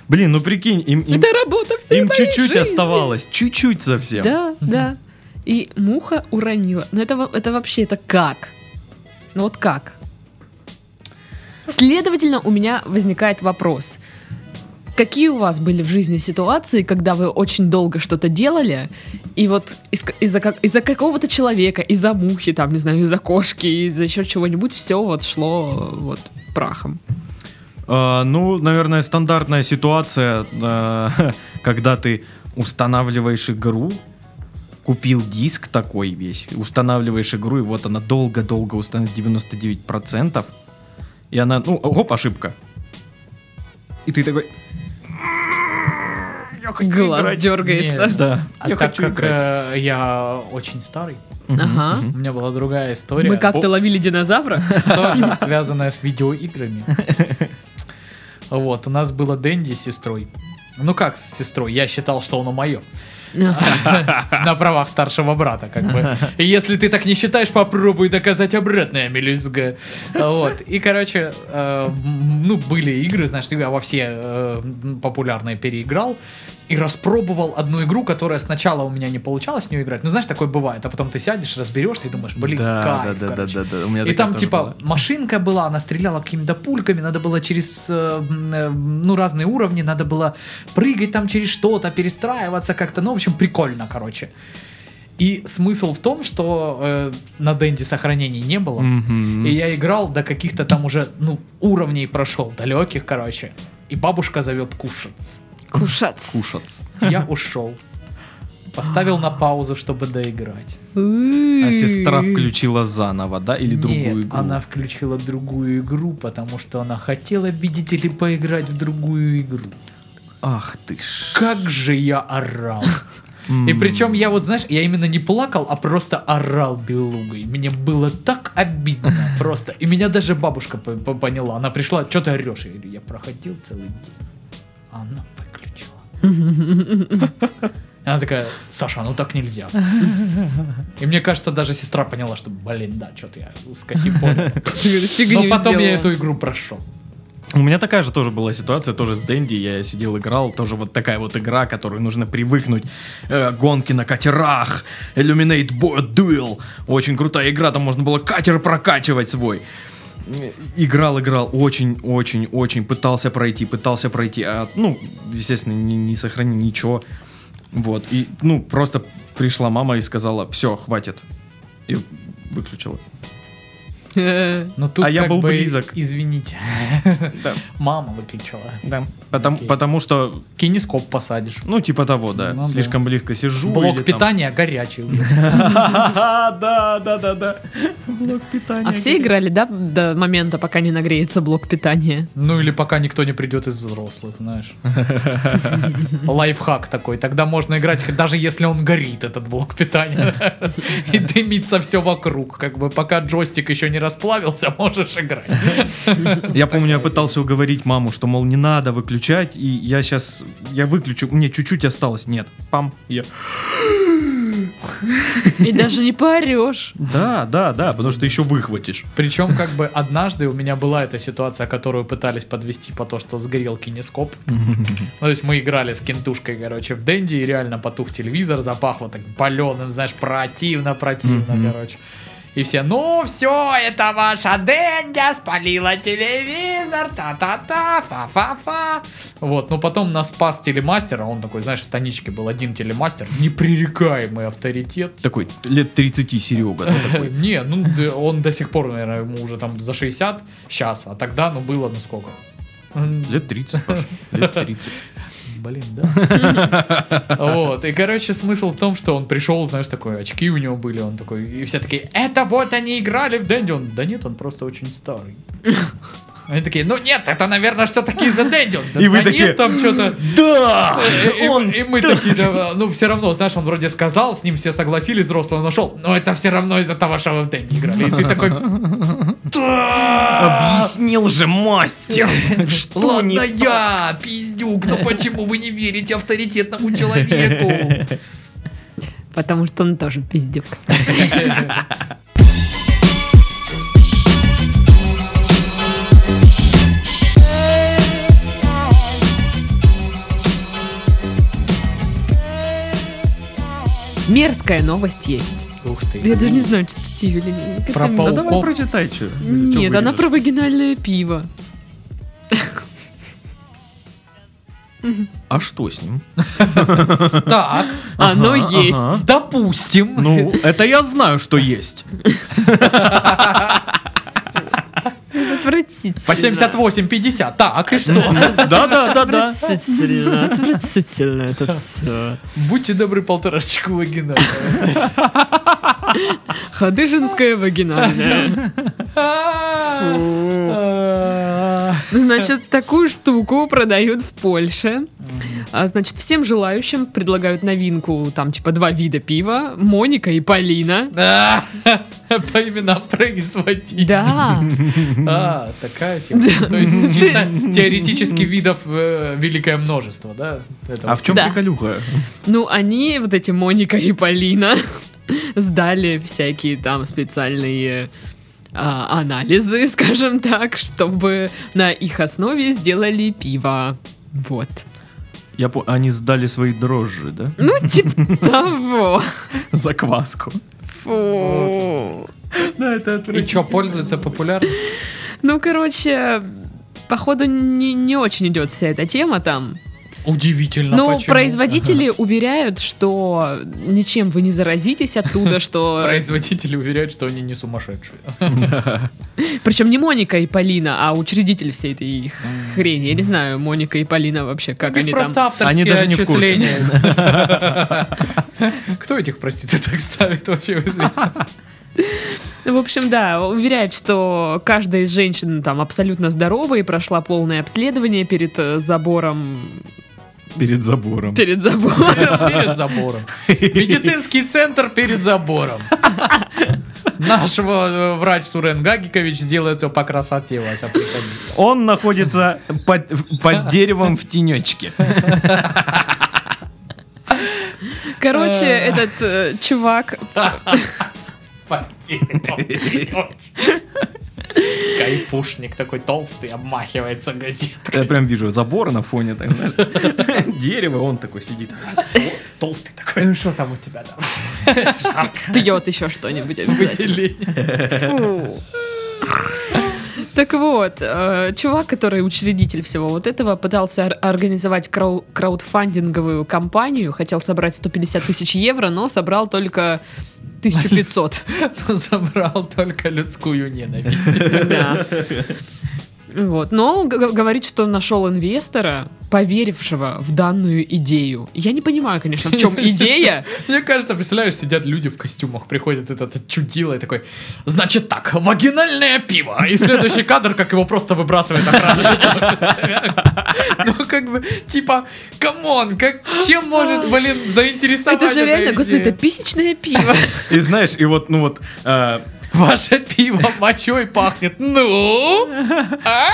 C: Блин, ну прикинь, им, им,
B: Это работа всей
C: им
B: моей
C: чуть-чуть
B: жизни.
C: оставалось. Чуть-чуть совсем.
B: Да, да. И муха уронила. Но это, во- это вообще, это как? Ну вот как? Следовательно, у меня возникает вопрос. Какие у вас были в жизни ситуации, когда вы очень долго что-то делали, и вот из- из-за как- из-за какого-то человека, из-за мухи, там, не знаю, из-за кошки, из-за еще чего-нибудь, все вот шло э, вот прахом.
C: А, ну, наверное, стандартная ситуация, э, когда ты устанавливаешь игру, купил диск такой весь, устанавливаешь игру, и вот она долго-долго установит 99%, и она, ну, оп, ошибка. И ты такой,
B: Глаз
C: играть.
B: дергается.
A: Нет.
C: да,
A: А
C: я
A: так
C: хочу
A: как
C: играть. А?
A: э, я очень старый,
B: Ага.
A: у меня была другая история.
B: Мы как-то ловили динозавра.
A: тоже связанная с видеоиграми. Вот, у нас было Дэнди с сестрой. Ну как с сестрой? Я считал, что оно мое. На правах старшего брата, как бы. И Если ты так не считаешь, попробуй доказать обратное, мелюзга. Вот. И, короче, э, м, ну, были игры, знаешь, я во все э, м, популярные переиграл. И распробовал одну игру, которая сначала у меня не получалось в нее играть. Ну, знаешь, такое бывает. А потом ты сядешь, разберешься и думаешь, блин,
C: да,
A: кайф,
C: да, да, да,
A: короче.
C: да, да, у меня
A: И
C: такая
A: там
C: тоже
A: типа
C: была.
A: машинка была, она стреляла какими-то пульками, надо было через э, м, э, ну разные уровни, надо было прыгать там через что-то, перестраиваться как-то, ну в общем прикольно, короче. И смысл в том, что э, на Дэнди сохранений не было,
C: Мгм.
A: и я играл до каких-то там уже ну уровней прошел далеких, короче. И бабушка зовет кушать.
B: Кушаться.
C: кушаться.
A: Я ушел, поставил на паузу, чтобы доиграть.
C: А сестра включила заново, да, или другую
A: Нет,
C: игру?
A: она включила другую игру, потому что она хотела, видите ли, поиграть в другую игру.
C: Ах ты ж.
A: Как же я орал.
C: М.
A: И причем я вот, знаешь, я именно не плакал, а просто орал белугой. Мне было так обидно просто. И меня даже бабушка по- по- поняла. Она пришла, что ты орешь? Я говорю, я проходил целый день. А она выключила. Она такая, Саша, ну так нельзя. И мне кажется, даже сестра поняла, что, блин, да, что-то я скосил понял. Но потом я эту игру прошел.
C: У меня такая же тоже была ситуация, тоже с Дэнди. Я сидел, играл, тоже вот такая вот игра, которую нужно привыкнуть. Э, гонки на катерах, Illuminate Boat Duel. Очень крутая игра, там можно было катер прокачивать свой. Э, Играл, играл, очень, очень, очень пытался пройти, пытался пройти, а, ну, естественно, не, не сохранил ничего. Вот, и, ну, просто пришла мама и сказала, все, хватит. И выключила.
A: Но тут
C: А я
A: как
C: был
A: бы,
C: близок.
A: Извините.
C: Да.
A: Мама выключила.
C: Да. Потому,
A: Окей.
C: потому что,
A: Кинескоп посадишь.
C: ну, типа того, да,
A: Ну да.
C: слишком близко сижу.
A: Блок
C: или там-
A: питания горячий.
C: Да, да, да, да. Блок питания.
B: А все играли, да, до момента, пока не нагреется блок питания?
A: Ну или пока никто не придет из взрослых, знаешь. Лайфхак такой. Тогда можно играть, даже если он горит, этот блок питания. И дымится все вокруг. Как бы пока джойстик еще не расплавился, можешь играть.
C: Я помню, я пытался уговорить маму, что, мол, не надо выключать, и я сейчас, я выключу, мне чуть-чуть осталось. Нет, пам, я...
B: И даже не поорешь.
C: Да, да, да, потому что еще выхватишь.
A: Причем, как бы, однажды у меня была эта ситуация, которую пытались подвести по то, что сгорел кинескоп. Ну, то есть мы играли с кентушкой, короче, в Дэнди, и реально потух телевизор, запахло так паленым, знаешь, противно, противно, короче. И все, ну все, это ваша Дендя спалила телевизор, та-та-та, фа-фа-фа. Вот, но потом нас спас телемастер, а он такой, знаешь, в станичке был один телемастер, непререкаемый авторитет.
C: Такой, лет 30 Серега. да, такой.
A: Не, ну д- он до сих пор, наверное, ему уже там за 60 сейчас, а тогда, ну, было, ну, сколько? М,
C: Лет 30, Паша, лет 30.
A: Блин, да. Вот, и, короче, смысл в том, что он пришел, знаешь, такой, очки у него были, он такой, и все такие, это вот они играли в Дэнди. Он, да нет, он просто очень старый. Они такие, ну нет, это, наверное, все-таки из-за Дэдди. Он, да
C: И вы
A: да нет,
C: такие,
A: там что-то...
C: Да!
A: И,
C: Он
A: и мы
C: стар-
A: такие, да, ну все равно, знаешь, он вроде сказал, с ним все согласились, взрослого нашел, но это все равно из-за того, что вы в Дэнди играли. И ты такой,
C: Объяснил же мастер, что
A: ладно
C: не так.
A: я, пиздюк, но почему вы не верите авторитетному человеку?
B: Потому что он тоже пиздюк. Мерзкая новость есть.
A: Ух
B: Я даже
A: ты.
B: не знаю, читать ее или нет.
A: Про
B: Это
A: пау-
C: Да
B: мне-
C: давай
A: Оп.
C: прочитай, что.
B: Нет, она про вагинальное пиво.
C: А что с ним?
A: Так,
B: Оно
C: ага.
B: есть.
A: А? допустим.
C: Ну, это я знаю, что есть.
B: Отвратительно.
A: По 78-50. Так, и что?
C: Да-да-да-да.
B: Отвратительно, отвратительно это все.
A: Будьте добры, полторашечку вагинального.
B: Хадыжинская вагинальная. Фу. Значит, такую штуку продают в Польше. А, Значит, всем желающим предлагают новинку, там, типа, два вида пива. Моника и Полина.
A: А, По именам производить.
B: Да.
A: А, такая тема. То есть чисто теоретически видов э, великое множество, да? этого?
C: А в чем
B: Да.
C: приколюха?
B: Ну, они, вот эти Моника и Полина, сдали всякие там специальные а, анализы, скажем так, чтобы на их основе сделали пиво. Вот.
C: Я по... Они сдали свои дрожжи, да?
B: Ну, типа того.
C: Закваску.
B: Фу.
C: Да, это
A: И что, пользуется популярностью?
B: Ну, короче, походу, не, не очень идет вся эта тема там.
A: Удивительно,
B: Но
A: почему?
B: производители уверяют, что ничем вы не заразитесь оттуда, что...
A: Производители уверяют, что они не сумасшедшие.
B: Причем не Моника и Полина, а учредитель всей этой хрени. Я не знаю, Моника и Полина вообще, как они там.
A: просто авторские
C: Они даже не в курсе.
A: отчисления. Кто этих, простите, так ставит вообще в известность?
B: Ну, В общем, да, уверяет, что каждая из женщин там абсолютно здорова и прошла полное обследование перед э, забором.
C: Перед забором.
B: Перед забором.
A: Перед забором. Медицинский центр перед забором. Нашего э, врач Сурен Гагикович сделает все по красоте, Вася, приходи.
C: Он находится под, в- под деревом в тенечке.
B: Короче, этот э, чувак
A: Кайфушник такой толстый, обмахивается газеткой.
C: Я прям вижу забор на фоне, так, знаешь, дерево, он такой сидит.
A: Толстый такой. Ну что там у тебя там?
B: пьет еще что-нибудь обязательно.
A: Выделение.
B: Фу. Так вот, э, чувак, который учредитель всего вот этого, пытался ор- организовать крау- краудфандинговую кампанию, хотел собрать 150 тысяч евро, но собрал только 1500.
A: Забрал только людскую ненависть.
B: Да. Вот. Но он г- говорит, что нашел инвестора, поверившего в данную идею. Я не понимаю, конечно, в чем идея.
A: Мне кажется, представляешь, сидят люди в костюмах, приходит этот чудило и такой, значит так, вагинальное пиво. И следующий кадр, как его просто выбрасывает охрана. Ну, как бы, типа, камон, как, чем может, блин, заинтересовать
B: Это же
A: эта
B: реально, господи, это
A: идея?
B: писечное пиво.
C: И знаешь, и вот, ну вот, э,
A: Ваше пиво мочой пахнет. Ну? А?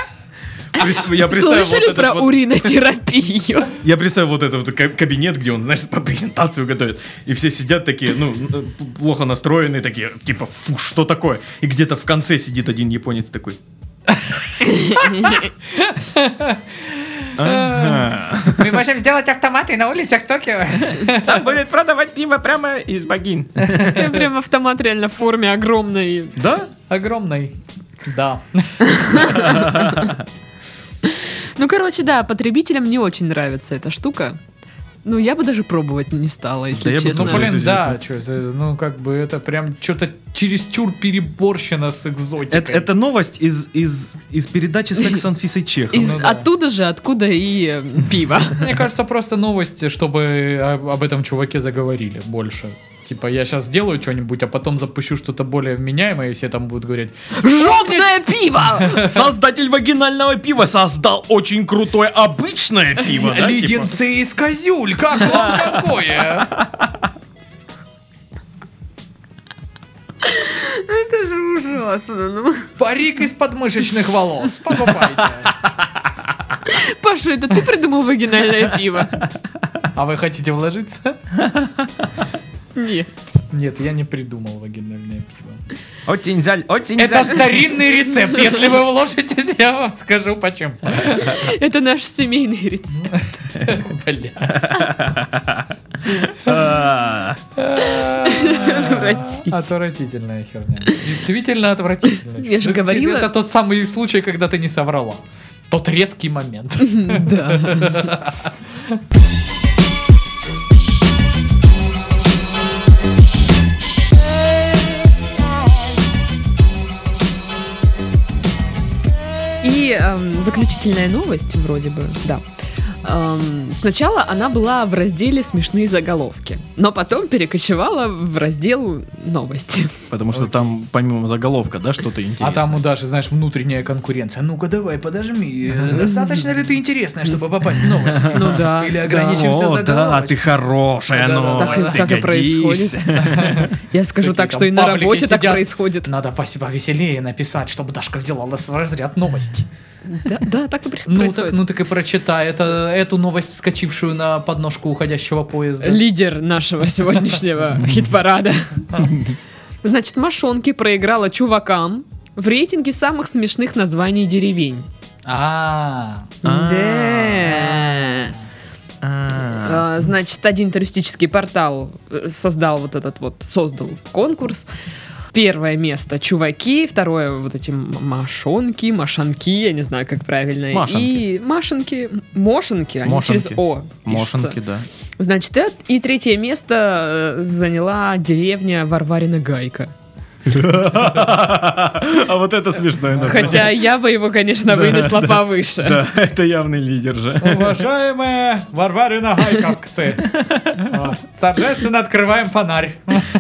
C: прис- я представил вот
B: Слышали
C: этот
B: про
C: вот-
B: уринотерапию?
C: Я представил вот этот вот ка- кабинет, где он, знаешь, по презентацию готовит. И все сидят такие, ну, э, плохо настроенные, такие, типа, фу, что такое? И где-то в конце сидит один японец такой. Ага.
A: Мы можем сделать автоматы на а улицах Токио.
C: Там будет продавать пиво Типа прямо из богинь.
B: Это Прям автомат реально в форме огромной.
C: Да?
A: Огромный. Да.
B: Ну, короче, да, потребителям не очень нравится эта штука. Ну, я бы даже пробовать не стала, если
C: Да я бы
B: честно.
A: Ну,
C: тоже.
A: блин,
C: Здесь
A: да, чё, это, ну, как бы это прям что-то чересчур переборщено с экзотикой.
C: Это, это новость из, из, из передачи «Секс с Анфисой Чеховой».
B: Из-
A: ну да.
B: Оттуда же, откуда и э, пиво.
A: э, Мне кажется, просто новости, чтобы об об этом чуваке заговорили больше. Типа, я сейчас сделаю что-нибудь, а потом запущу что-то более вменяемое, и все там будут говорить,
B: Жопное пиво!
C: Создатель вагинального пива создал очень крутое обычное пиво, да, типа?
A: леденцы из козюль, как вам такое?
B: Это же ужасно. ну.
A: Парик из подмышечных волос, покупайте.
B: Паша, это ты придумал вагинальное пиво?
A: А вы хотите вложиться?
B: Нет.
A: Нет, я не придумал вагинальное пиво.
C: Очень заль, очень
A: Это
C: заль.
A: старинный рецепт, если вы вложитесь, я вам скажу почему.
B: Это наш семейный рецепт.
A: Бля.
C: А,
B: Отвратительно.
A: Отвратительная херня. Действительно отвратительная.
B: Я же
A: Ну,
B: говорила.
A: Это тот самый случай, когда ты не соврала. Тот редкий момент.
B: Да. И эм, заключительная новость, вроде бы, да. Эм, сначала она была в разделе «Смешные заголовки», но потом перекочевала в раздел «Новости».
C: Потому что там, помимо заголовка, да, что-то интересное.
A: А там у Даши, знаешь, внутренняя конкуренция. Ну, Ну-ка давай, подожми. Э, Достаточно ли ты интересная, чтобы попасть в новости?
B: Ну да.
A: Или
B: да.
A: ограничиваем Чем вся
C: О, да, а
A: заголовочек?
C: ты хорошая
A: Да-да-да.
C: новость,
B: Так и-
C: ты
B: так и происходит.
C: годишься.
B: Я скажу
A: Такие
B: так, что
A: там
B: и на
A: паблики
B: работе так
A: сидят.
B: происходит.
A: Надо спасибо веселее написать, чтобы Дашка взяла на свой разряд новости.
B: Да, да, так и при-
A: Ну
B: происходит.
A: так, ну так и прочитай это, эту новость, вскочившую на подножку уходящего поезда.
B: Лидер нашего сегодняшнего хит-парада. Значит, Машонки проиграла чувакам в рейтинге самых смешных названий деревень.
A: А,
B: Да.
C: А,
B: А, Значит, один туристический портал э, создал вот этот вот, создал конкурс. Первое место чуваки, второе вот эти м- машонки, машанки, я не знаю, как правильно.
C: Машенки.
B: И машенки, мошенки, они
C: Мошенки.
B: через О пишутся.
C: Мошенки, да.
B: Значит, э, и третье место э, заняла деревня Варварина Гайка.
C: А вот это смешное название.
B: Хотя я бы его, конечно, вынесла повыше.
C: Да, это явный лидер же.
A: уважаемая Варварина Гайковцы, Вот. торжественно открываем фонарь.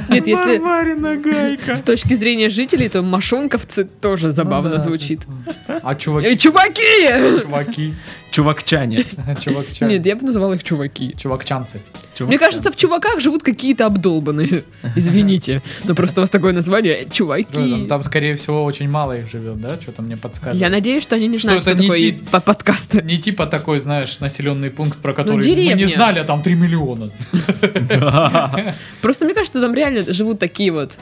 B: Нет, если
C: Варварина гайка.
B: с точки зрения жителей, то машонковцы тоже забавно
A: да.
B: звучит.
A: А чуваки,
B: Э, Чуваки!
A: чуваки,
C: Чувакчане.
A: чувакча-
B: Нет, я бы называла их чуваки.
A: чувакчанцы.
B: Мне кажется, в чуваках живут какие-то обдолбанные. Извините, но просто у вас такое название.
A: Да, Там,
B: Чуваки.
A: там, скорее всего, очень мало их живет, да? Что-то мне подсказывает.
B: Я надеюсь, что они не
A: Что
B: знают,
A: это
B: что
A: не
B: такое
A: тип-
B: по- подкасты.
A: Не типа такой, знаешь, населенный пункт, про который мы не
B: Ну, деревня.
A: знали, а там 3 миллиона.
B: Просто мне кажется, что там реально живут такие вот.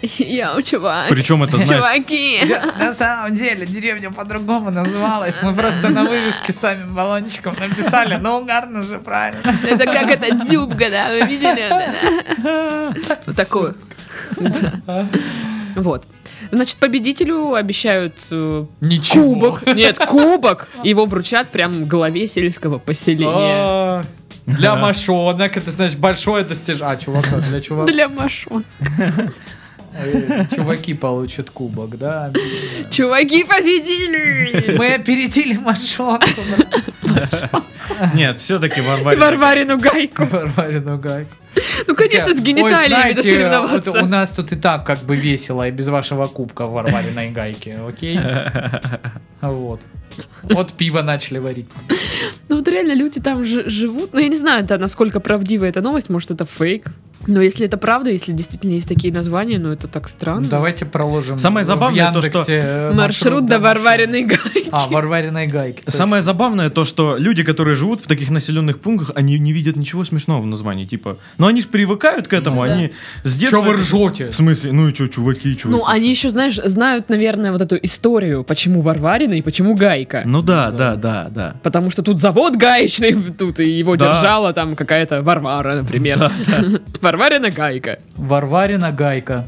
B: Я чувак.
C: Причем это, знаешь,
B: Чуваки!
A: На самом деле, деревня по-другому называлась. Мы просто на вывеске сами баллончиком написали. Ну, угарно же, правильно.
B: Это как это дзюбка, да, вы видели? это, да? Вот Такую. Да. Вот. Значит, победителю обещают э,
A: Ничего.
B: кубок. Нет, кубок. Его вручат прям главе сельского поселения.
A: А, Для мошонок, это, значит, большое достижение. А, чувака, для чуваков.
B: Для Машон.
A: Чуваки получат кубок, да?
B: Чуваки победили!
A: Мы опередили мошонку.
C: нет, все-таки
B: И
C: Варварина.
B: Варварину Гайку.
A: Варварину гайку.
B: Ну, конечно, с
A: Ой, знаете,
B: гениталиями
A: вот У
B: соревноваться.
A: нас тут и так как бы весело, и без вашего кубка в Варвариной гайке, окей? Вот. Вот пиво начали варить.
B: Ну, вот реально люди там жи- живут. Ну, я не знаю, да, насколько правдива эта новость. Может, это фейк. Но если это правда, если действительно есть такие названия, ну, это так странно.
A: Давайте проложим
C: Самое
A: в
C: забавное то,
A: Яндексе,
C: что-
A: э,
B: Маршрут до Варвариной Гайки.
A: А, Варвариной гайки. точно.
C: Самое забавное то, что люди, которые живут в таких населенных пунктах, они не видят ничего смешного в названии, типа. Но они же привыкают к этому,
B: да.
C: они с
A: Ну Чё
C: детства...
A: вы ржете?
C: В смысле? Ну и чё, чуваки, чуваки?
B: Ну, они еще, знаешь, знают, наверное, вот эту историю, почему Варварина и почему Гайка.
C: Ну да, да, да, да.
B: Потому что тут завод гаечный, тут и его
C: Да.
B: держала там какая-то Варвара, например. Варварина Гайка.
A: Варварина гайка.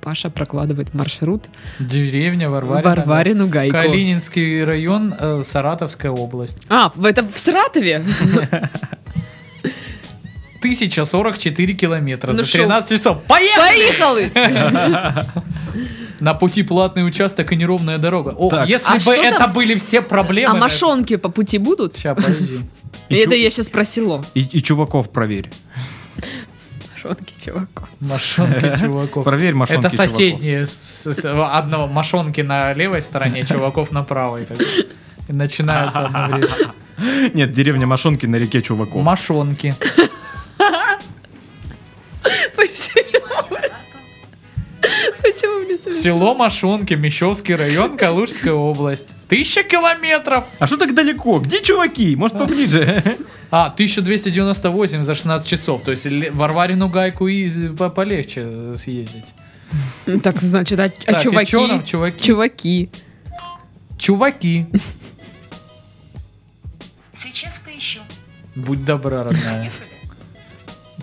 B: Паша прокладывает маршрут
A: Деревня Варварина.
B: Варварину Гайку.
A: Калининский район, э, Саратовская область.
B: А, в- это в Саратове?
A: 1044 километра за
B: Ну шо?
A: 13 часов. Поехали!
B: Поехали!
A: На пути платный участок и неровная дорога. О,
C: Так.
A: если
B: А
A: бы
B: что
A: это
B: там?
A: были все проблемы...
B: А мошонки по пути будут?
A: Сейчас, подожди.
C: И
B: Это
C: чё-
B: я сейчас про село.
C: И, и чуваков проверь.
B: Мошонки, чуваков.
A: Мошонки чуваков.
C: Проверь машинки
A: Это соседние с- с- одного мошонки на левой стороне, чуваков на правой. как бы. И начинаются одновременно.
C: чуваков. Нет, деревня Машонки на реке Чуваков.
A: Мошонки.
B: Почему? Почему мне смешно?
A: Село Машонки, Мещовский район, Калужская область. Тысяча километров!
C: А что так далеко? Где чуваки? Может, поближе?
A: А, 1298 за 16 часов. То есть ле- Варварину гайку и э, по- полегче э, съездить.
B: Ну, Так, значит, а, а
A: Так, и
B: чуваки?
A: чё нам, чуваки?
B: Чуваки.
A: Чуваки.
E: Сейчас поищу.
A: Будь добра, родная.
E: Поехали.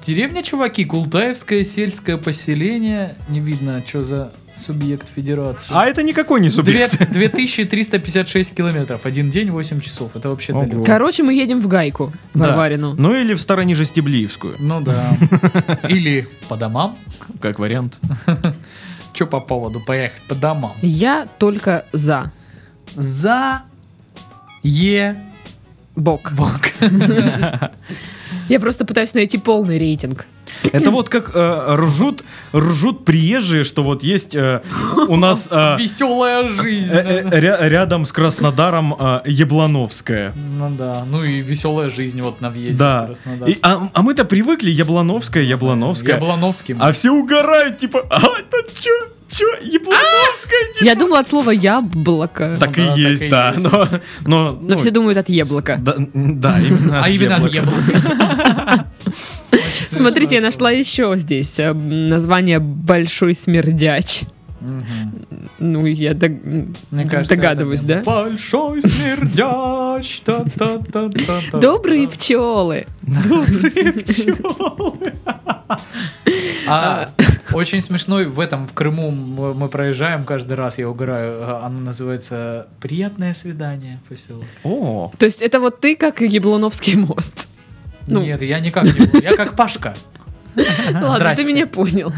A: Деревня Чуваки, Култаевское сельское поселение. Не видно, что за субъект федерации.
C: А это никакой не
A: Две-
C: субъект.
A: 2356 километров. Один день, 8 часов. Это вообще
C: Ого.
A: далеко.
B: Короче, мы едем в Гайку, в
C: Да.
B: Варварину.
C: Ну или в Старонижестеблиевскую,
A: Ну да. Или по домам.
C: как вариант.
A: Че по поводу поехать по домам?
B: Я только за
A: За е
B: бок.
A: бок.
B: Я просто пытаюсь найти полный рейтинг.
C: Это вот как э, ржут, ржут приезжие, что вот есть э, у нас э,
A: Веселая
C: э,
A: жизнь.
C: э, ря- рядом с Краснодаром э, Яблановская.
A: Ну да. Ну и веселая жизнь вот на въезде. в
C: Да.
A: Краснодар.
C: И- а а мы-то привыкли Яблановская, Яблановская.
A: Яблановский.
C: А все угорают, типа, а, это чё, чё, Яблановская, типа.
B: Я думала от слова яблоко.
C: Так
A: Ну А, да,
C: и
A: так и
C: есть, да.
A: есть.
C: Но, но,
B: Но
C: ну,
B: все думают от
C: да,
B: яблока.
C: м, да, именно.
A: А
C: от
A: именно от
C: яблока.
A: яблока.
B: Смотрите, я нашла еще здесь э, м, название «Большой смердяч».
A: Мгм.
B: Ну, я дог- м,
A: Мне
B: д-
A: кажется,
B: догадываюсь,
A: это
B: да?
A: Большой смердяч. та-та-та-та-та.
B: Добрые пчелы.
A: А, очень смешной в этом, в Крыму мы мы проезжаем каждый раз, я угораю, а, оно называется «Приятное свидание». поселок».
C: О,
B: То есть это вот ты, как и Яблоновский мост. Ну.
A: Нет, я никак не буду, я как Пашка.
B: Ладно,
A: Здрасте.
B: ты меня понял.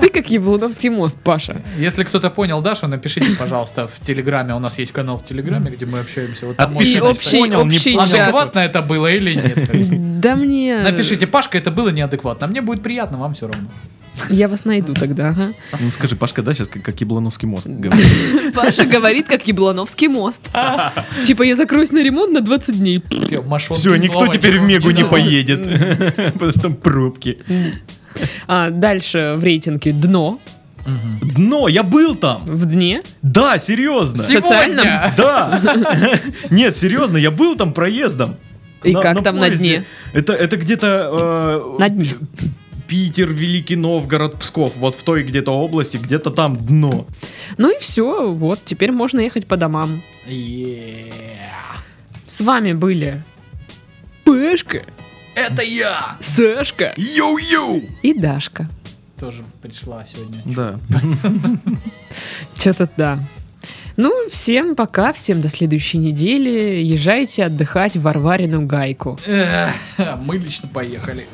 B: Ты как Яблоновский мост, Паша.
A: Если кто-то понял Дашу, напишите, пожалуйста, в Телеграме, у нас есть канал в Телеграме, где мы общаемся. Вот там
C: Отпишитесь,
B: И
A: можно
B: общий-
C: понял, не
B: общий
C: понял.
A: читать.
B: чат.
A: Адекватно это было или нет?
B: Да мне...
A: Напишите, Пашка, это было неадекватно, а мне будет приятно, вам все равно.
B: Я вас найду тогда. ага.
C: ну скажи, Пашка, да, сейчас как, как Яблановский мозг говорит.
B: Паша говорит, как Яблоновский мост. Типа, я закроюсь на ремонт на 20 дней.
A: Всё, Машонки
C: Все, никто
A: слова
C: теперь в
A: никому
C: Мегу не
A: давал.
C: поедет, потому что там пробки.
B: А дальше в рейтинге дно.
C: Дно, я был там.
B: В дне.
C: Да, серьезно.
B: С- социальном?
A: Сегодня.
C: Да. Нет, серьезно, я был там проездом.
B: И как там на
C: поезде.
B: дне?
C: Это, это где-то... э,
B: На дне.
C: Питер, Великий Новгород, Псков. Вот в той где-то области, где-то там дно.
B: Ну и все, вот, теперь можно ехать по домам.
A: Е-е-е.
B: С вами были Пышка,
A: Это я!
B: Сашка
C: Йоу-йоу!
B: и Дашка.
A: Тоже пришла сегодня.
C: Да.
B: Че-то да. Ну, всем пока, всем до следующей недели. Езжайте отдыхать в Варварину гайку.
A: Эх, Мы лично поехали.